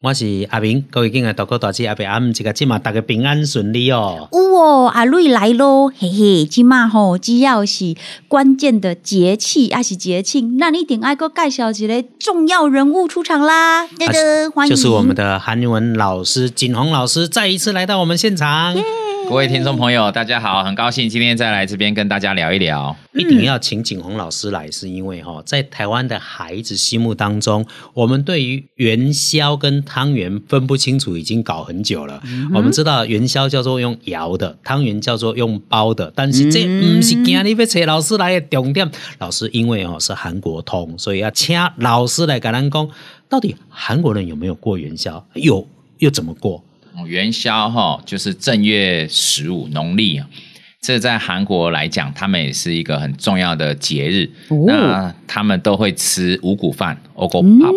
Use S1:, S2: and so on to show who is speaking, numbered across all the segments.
S1: 我是阿明，各位敬爱大哥大姐阿伯阿姆，一个即嘛，大家平安顺利哦。
S2: 有哦，阿瑞来咯，嘿嘿，即嘛吼，只要是关键的节气，还是节庆，那你一定爱个介绍一个重要人物出场
S3: 啊
S2: 啦！噔噔，欢迎，
S1: 就是我们的韩文老师景洪老师再一次来到我们现场，
S3: 各位听众朋友，大家好，很高兴今天再来这边跟大家聊一聊。
S1: 一定要请景洪老师来，是因为哈、在台湾的孩子心目当中，我们对于元宵跟汤圆分不清楚，已经搞很久了。我们知道元宵叫做用摇的，汤圆叫做用包的，但是这
S2: 嗯
S1: 不是今日要找老师来的重点。老师因为哦是韩国通，所以要请老师来跟咱讲，到底韩国人有没有过元宵？有，又怎么过？
S3: 哦元宵哈，就是正月十五农历啊，这在韩国来讲，他们也是一个很重要的啊节日。
S2: 哦
S3: 那他们都会吃五谷饭 o g o p a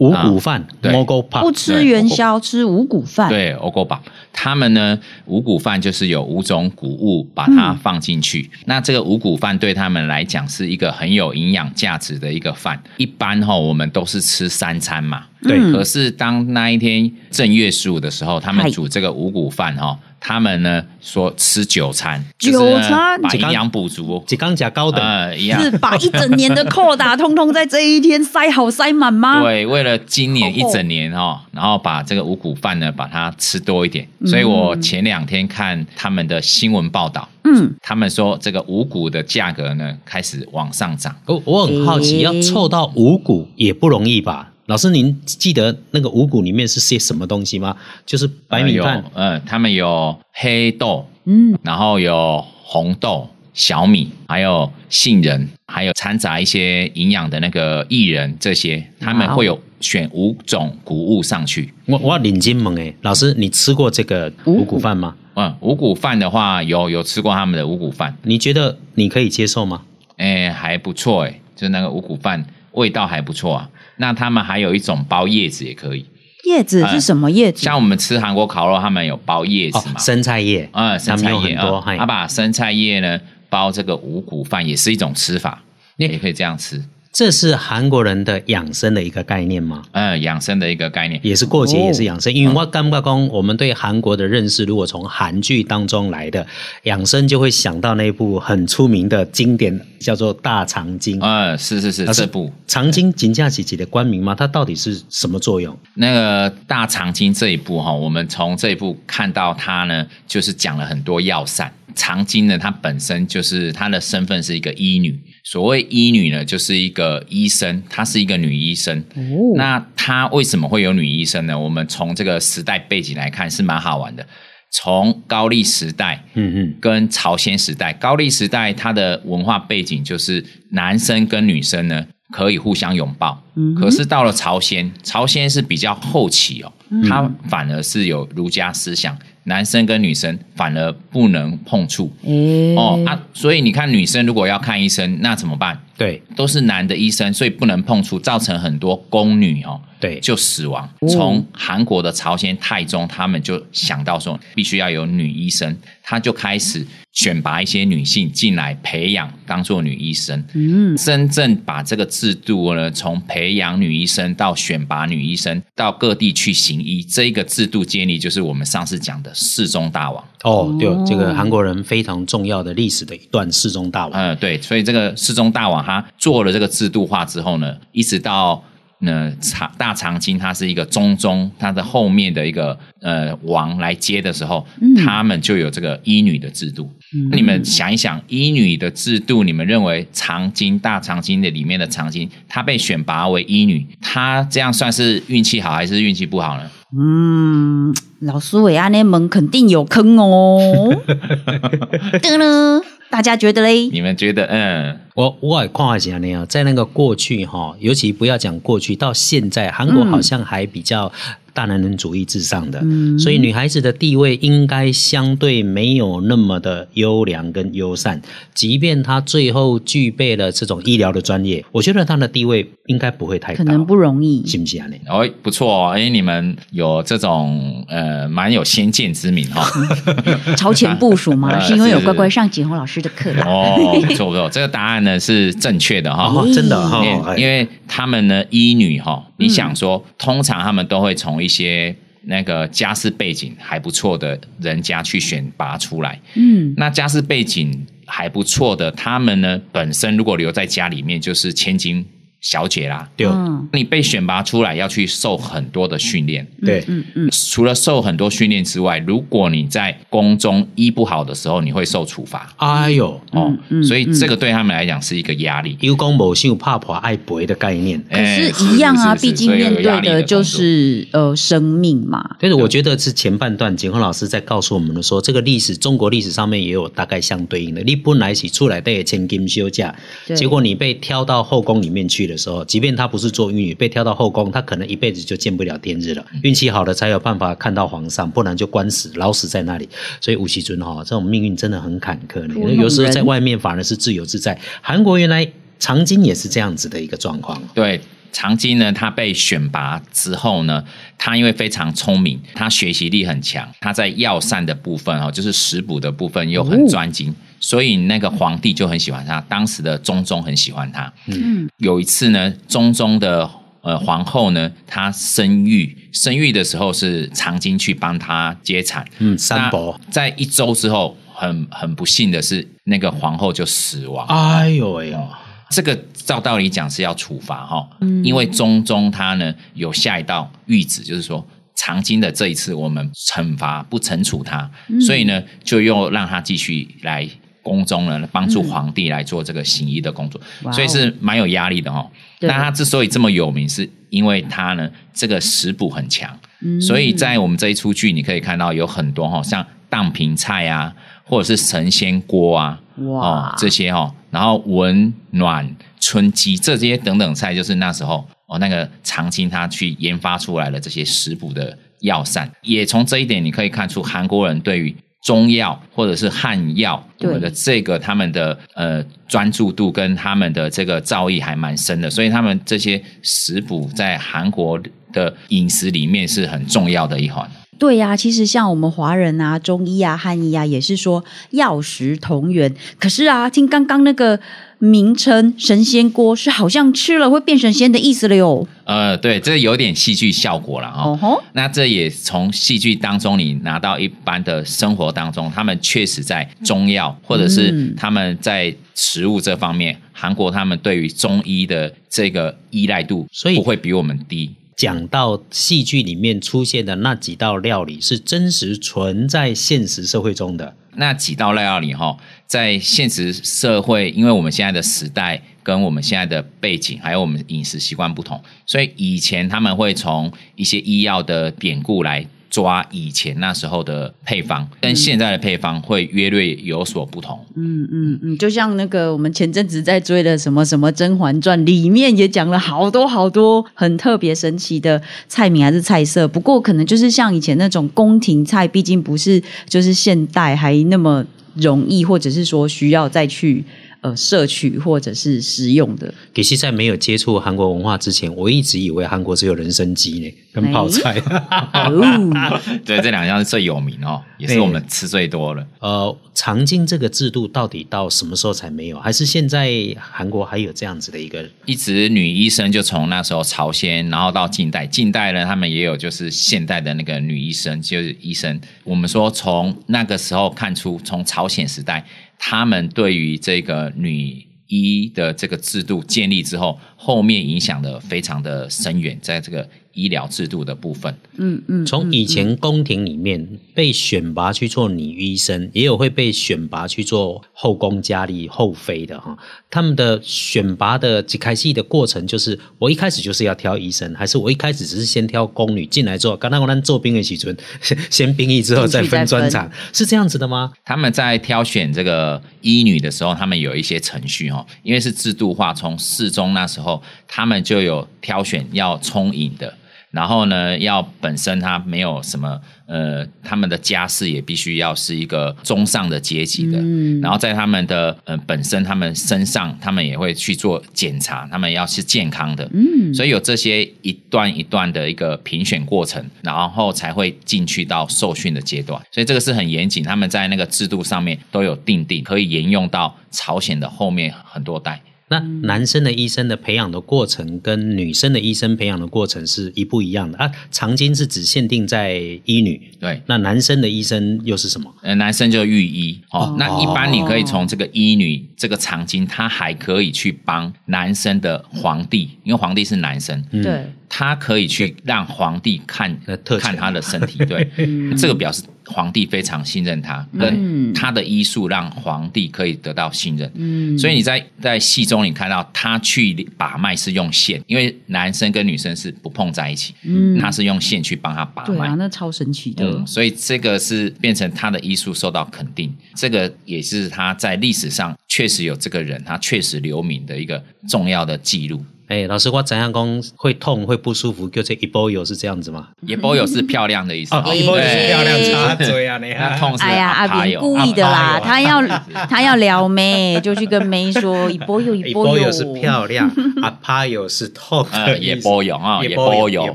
S1: 五谷饭、
S3: 对
S1: 蘑菇泡
S2: 不，吃元宵，吃五谷饭，嗯
S3: 对 o g o p a 他们呢五谷饭就是有五种谷物把它放进去。那这个五谷饭对他们来讲是一个很有营养价值的一个饭。一般哈，我们都是吃三餐嘛。
S1: 对
S2: 嗯
S3: 可是当那一天正月十五的时候，他
S2: 嗨
S3: 们煮这个五谷饭哈、哦，他们呢说吃九餐，
S2: 九
S3: 就是呢
S2: 餐
S3: 把营养补足，
S1: 一刚加高等。
S3: 呃，一样。
S2: 是把一整年的扣打通通在这一天塞好塞满吗？
S3: 对，为了今年一
S2: 好厚
S3: 整年哦，然后把这个五谷饭呢，把它吃多一点。
S2: 嗯
S3: 所以我前两天看他们的新闻报道，
S2: 嗯，
S3: 他们说这个五谷的价格呢开始往上涨。
S1: 我哦我很好奇，
S2: 诶
S1: 要凑到五谷也不容易吧？老师，您记得那个五谷里面是些什么东西吗？就是白米饭、
S3: 有，呃，他们有黑豆，
S2: 嗯，
S3: 然后有红豆、小米，还有杏仁，还有掺杂一些营养的那个薏仁这些，他们
S2: 哇哦
S3: 会有选五种谷物上去。
S1: 我我要领金门哎，老师，你吃过这个五谷饭吗？
S3: 嗯，五谷饭的话，有有吃过他们的五谷饭，
S1: 你觉得你可以接受吗？
S3: 哎、还不错哎、就是那个五谷饭味道还不错啊。那他们还有一种包叶子也可以，
S2: 叶子是什么叶子
S3: 哎像？我们吃韩国烤肉，他们有包叶子
S1: 哦，
S3: 嘛，
S1: 生菜叶，
S3: 啊、生菜
S1: 他们
S3: 叶
S1: 有很多
S3: 啊，
S1: 嘿
S3: 他把生菜叶呢包这个五谷饭也是一种吃法，
S1: 你
S3: 也可以这样吃。
S1: 这是韩国人的养生的一个概念吗？
S3: 嗯，养生的一个概念。
S1: 也是过节，
S2: 哦
S1: 也是养生。因为我刚刚讲，我们对韩国的认识，如果从韩剧当中来的养生，就会想到那部很出名的经典，叫做《大长今》。
S3: 嗯，是是是，
S1: 老师
S3: 这部
S1: 长今金价喜集的官名吗？它到底是什么作用？
S3: 那个大长今这一部哈，我们从这一部看到它呢，就是讲了很多药膳。长今呢，它本身就是她的身份是一个医女。所谓医女呢，就是一个医生，她是一个女医生。
S2: 哦
S3: 那她为什么会有女医生呢？我们从这个时代背景来看是蛮好玩的。从高丽时代，
S1: 嗯嗯，
S3: 跟朝鲜时代、高丽时代，它的文化背景就是男生跟女生呢可以互相拥抱。
S2: 嗯哼
S3: 可是到了朝鲜，朝鲜是比较后期哦，
S2: 嗯
S3: 它反而是有儒家思想，男生跟女生反而不能碰触。
S2: 诶
S3: 哦啊，所以你看，女生如果要看医生，那怎么办？
S1: 对
S3: 都是男的医生，所以不能碰触，造成很多宫女哦
S1: 对，
S3: 就死亡
S2: 哦。
S3: 从韩国的朝鲜太宗，他们就想到说，必须要有女医生，他就开始选拔一些女性进来培养，当做女医生。
S2: 嗯，
S3: 真正把这个制度呢，从培养女医生到选拔女医生，到各地去行医，这一个制度建立，就是我们上次讲的世宗大王。
S1: 哦对
S2: 哦，
S1: 这个韩国人非常重要的历史的一段世宗大王。
S3: 呃，对，所以这个世宗大王他做了这个制度化之后呢，一直到呢长大长今，他是一个中宗，他的后面的一个呃王来接的时候，他们就有这个医女的制度。
S2: 嗯
S3: 那你们想一想，医女的制度，你们认为长今大长今的里面的长今，她被选拔为医女，她这样算是运气好还是运气不好呢？
S2: 嗯，老师伟安那门肯定有坑 哦。噔噔，大家觉得嘞？
S3: 你们觉得，嗯，
S1: 我我也看一下那样，哦在那个过去哈，尤其不要讲过去，到现在韩国
S2: 嗯
S1: 好像还比较大男人主义至上的，
S2: 嗯
S1: 所以女孩子的地位应该相对没有那么的优良跟优善。即便她最后具备了这种医疗的专业，我觉得她的地位应该不会太高，
S2: 可能不容 易。
S1: 信不信啊？你
S3: 哦，不错哦，哎，你们有这种呃，蛮有先见之明哈、哦。
S2: 超前部署嘛，
S3: 呃
S2: 是因为有
S3: 是
S2: 乖乖上景洪老师的课啦。
S3: 哦，不错不错，这个答案呢是正确的哈、
S1: 啊
S3: 嗯
S1: 哦，真的哈、
S3: 因为
S1: 哎嗯
S3: 因为他们呢，医女哈、你想说，通常他们都会从一些那个家世背景还不错的人家去选拔出来。
S2: 嗯
S3: 那家世背景还不错的，他们呢本身如果留在家里面，就是千金小姐啦。
S1: 对
S2: 嗯
S3: 你被选拔出来要去受很多的训练，
S1: 对
S2: 嗯嗯
S3: 除了受很多训练之外，如果你在宫中医不好的时候，你会受处罚
S1: 哎呦，
S3: 哦
S2: 嗯。嗯
S3: 所以
S2: 嗯
S3: 这个对他们来讲是一个压力。
S1: 有讲某秀怕婆爱博的概念。
S2: 可
S3: 哎
S2: 是，一样啊，
S3: 是是
S2: 毕
S3: 是
S2: 竟
S3: 所以有
S2: 面对
S3: 压力的
S2: 就
S3: 工作
S2: 是呃生命嘛。
S1: 但是我觉得是前半段景洪老师在告诉我们的说，这个历史中国历史上面也有大概相对应的。你本来是出来带千金休假，
S2: 对
S1: 结果你被挑到后宫里面去的时候，即便他不是做玉女，被挑到后宫，他可能一辈子就见不了天日了。运气好的才有办法看到皇上，不然就关死、老死在那里。所以吴奇尊哈、这种命运真的很坎坷呢
S2: 捉弄。人
S1: 有时候在外面反而是自由自在。韩国原来长津也是这样子的一个状况。
S3: 对，长津呢，他被选拔之后呢，他因为非常聪明，他学习力很强，他在药膳的部分哦，就是食补的部分又很
S2: 哦
S3: 专精，所以那个皇帝就很喜欢他，当时的中宗很喜欢他。
S2: 嗯
S3: 有一次呢，中宗的呃皇后呢，她生育，生育的时候是长津去帮她接产，
S1: 嗯，三伯，
S3: 那在一周之后，很很不幸的是，那个皇后就死亡。
S1: 哎呦喂、哦，
S3: 这个照道理讲是要处罚哈、
S2: 嗯
S3: 因为中宗他呢有下一道谕旨，就是说长今的这一次我们惩罚不惩处他，
S2: 嗯
S3: 所以呢就又让他继续来宫中呢帮助皇帝来做这个行医的工作，
S2: 嗯哇哦
S3: 所以是蛮有压力的哦。
S2: 对
S3: 那他之所以这么有名，是因为他呢这个食补很强，
S2: 嗯
S3: 所以在我们这一出剧你可以看到有很多哈、像荡平菜啊，或者是神仙锅啊，
S2: 哇
S3: 哦，这些哦，然后文暖春鸡这些等等菜，就是那时候哦，那个长青他去研发出来了这些食补的药膳，也从这一点你可以看出韩国人对于中药或者是汉药，我
S2: 对
S3: 们的这个他们的呃专注度跟他们的这个造诣还蛮深的，所以他们这些食补在韩国的饮食里面是很重要的一环。
S2: 对呀、其实像我们华人啊，中医啊、汉医啊，也是说药食同源。可是啊，听刚刚那个名称“神仙锅”是好像吃了会变神仙的意思了哟。
S3: 呃，对，这有点戏剧效果了哦
S2: 哦吼，
S3: 那这也从戏剧当中，你拿到一般的生活当中，他们确实在中药或者是
S2: 嗯
S3: 他们在食物这方面，韩国他们对于中医的这个依赖度，
S1: 所以
S3: 不会比我们低。
S1: 讲到戏剧里面出现的那几道料理是真实存在现实社会中的，
S3: 那几道料理哈，在现实社会，因为我们现在的时代跟我们现在的背景，还有我们饮食习惯不同，所以以前他们会从一些医药的典故来抓以前那时候的配方，
S1: 嗯
S3: 跟现在的配方会约略有所不同。
S2: 嗯嗯嗯，就像那个我们前阵子在追的什么什么《甄嬛传》，里面也讲了好多好多很特别神奇的菜名还是菜色。不过可能就是像以前那种宫廷菜，毕竟不是就是现代还那么容易，或者是说需要再去呃摄取或者是食用的。
S1: 其实，在没有接触韩国文化之前，我一直以为韩国只有人参鸡呢，跟泡菜。
S2: 哦，
S3: 对，这两项是最有名哦，也是
S1: 对
S3: 我们吃最多了。
S1: 呃，长津这个制度到底到什么时候才没有？还是现在韩国还有这样子的一个？
S3: 一直女医生就从那时候朝鲜，然后到近代，近代呢，他们也有就是现代的那个女医生，就是医生。我们说从那个时候看出，从朝鲜时代，他们对于这个女医的这个制度建立之后，后面影响的非常的深远，在这个医疗制度的部分。
S2: 嗯嗯，
S1: 从以前宫廷里面被选拔去做女医生，也有会被选拔去做后宫佳丽、后妃的哈。他们的选拔的几开戏的过程，就是我一开始就是要挑医生，还是我一开始只是先挑宫女进来做？刚刚我们做兵役时阵， 先先兵役之后
S2: 进去
S1: 再
S2: 再
S1: 分专
S2: 分
S1: 场，是这样子的吗？
S3: 他们在挑选这个医女的时候，他们有一些程序哦，因为是制度化，从世宗那时候，他们就有挑选要充盈的，然后呢，要本身他没有什么呃，他们的家世也必须要是一个中上的阶级的，
S2: 嗯
S3: 然后在他们的呃本身他们身上，他们也会去做检查，他们要是健康的，
S2: 嗯
S3: 所以有这些一段一段的一个评选过程，然后才会进去到受训的阶段。所以这个是很严谨，他们在那个制度上面都有定定，可以沿用到朝鲜的后面很多代。
S1: 那
S2: 嗯
S1: 男生的医生的培养的过程跟女生的医生培养的过程是一不一样的啊。长经是只限定在医女，
S3: 对，
S1: 那男生的医生又是什么？
S3: 呃，男生就御医哦
S2: 哦。
S3: 那一般你可以从这个医女这个场景，他还可以去帮男生的皇帝，因为皇帝是男生，
S1: 嗯
S2: 对，
S3: 他可以去让皇帝看
S1: 呃特权
S3: 看他的身体，对，
S2: 嗯
S3: 这个表示皇帝非常信任他，
S2: 嗯
S3: 跟他的医术让皇帝可以得到信任。
S2: 嗯
S3: 所以你在在戏中你看到他去把脉是用线，因为男生跟女生是不碰在一起，
S2: 嗯
S3: 他是用线去帮他把
S2: 对
S3: 脉
S2: 啊，。那超神奇的，
S3: 嗯，所以这个是变成他的医术受到肯定，这个也是他在历史上确实有这个人，他确实留名的一个重要的记录。
S1: 哎、老师，我怎样讲会痛会不舒服，就这一波油是这样子吗？
S3: 也不有是漂亮的意思，
S1: 哦，一波油是漂亮插嘴啊，你
S3: 那
S1: 看
S3: 痛是
S2: 哎呀，阿哦
S3: 阿
S2: 炳
S3: 有，
S2: 故意的啦，
S1: 阿
S2: 他
S1: 爸
S2: 要 他要撩妹，就去跟妹说一波又一
S1: 一
S2: 波
S1: 波
S2: 又
S1: 油是漂 亮，阿帕油是痛
S3: 呃，
S1: 的意思，
S3: 也包有啊，也
S1: 波
S3: 包
S1: 油啊
S3: 有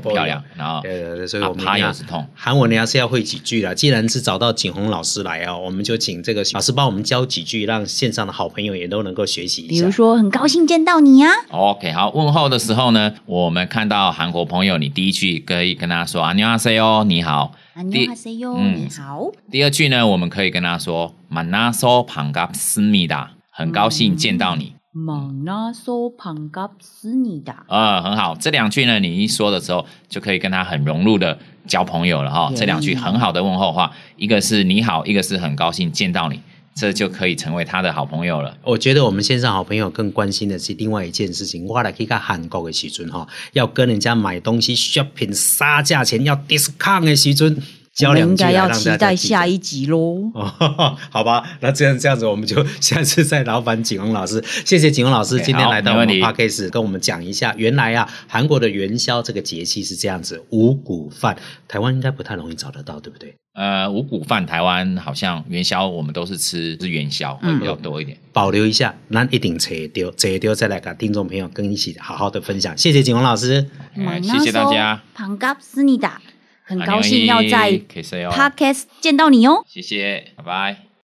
S3: 漂亮，然后
S1: 对对对，所以
S3: 阿
S1: 我们
S3: 帕
S1: 要
S3: 有是痛，
S1: 韩文呢是要会几句啦。既然是找到景洪老师来啊、我们就请这个老师帮我们教几句，让线上的好朋友也都能够学习一
S2: 比
S1: 下
S2: 如。说很高兴见到你啊，
S3: OK，好，问候的时候呢，我们看到韩国朋友，你第一句可以跟他说“안녕하세요”，你好。
S2: 안녕하세요，
S3: 嗯
S2: 你好，
S3: 第二句呢，我们可以跟他说“만나서반갑습니다”，很高兴见到你。
S2: 蒙那索庞嘎斯尼达，
S3: 呃，很好，这两句呢，你一说的时候，就可以跟他很融入的交朋友了哈、
S2: Yeah
S3: 这两句很好的问候话，一个是你好，一个是很高兴见到你，这就可以成为他的好朋友了。
S1: 我觉得我们线上好朋友更关心的是另外一件事情。我来去看韩国的时阵哈，要跟人家买东西 shopping 杀价钱要 discount 的时阵，
S2: 我
S1: 教
S2: 们应
S1: 两句
S2: 该
S1: 来
S2: 要
S1: 让
S2: 期
S1: 大家
S2: 待
S1: 记住
S2: 下一集喽。
S1: 哦， 好吧，那这样这样子，我们就下次再劳烦景洪老师， 谢谢景洪老师
S3: OK，
S1: 今天来到
S3: 好
S1: 我
S3: 没
S1: 们
S3: 问题
S1: podcast 跟我们讲一下，原来啊，韩国的元宵这个节气是这样子，五谷饭，台湾应该不太容易找得到，对不对？
S3: 呃，五谷饭，台湾好像元宵我们都是吃是元宵会
S2: 嗯
S3: 比较多一点。
S1: 保留一下，那一定扯丢，扯丢再来跟听众朋友跟一起好好的分享，谢谢景洪老师，
S3: 哎
S2: 啊嗯
S3: 谢谢大家，
S2: 庞嘎斯尼达，很高兴要在哎
S3: 안녕히 계세요
S2: podcast 见到你哦。
S3: 谢谢，拜拜。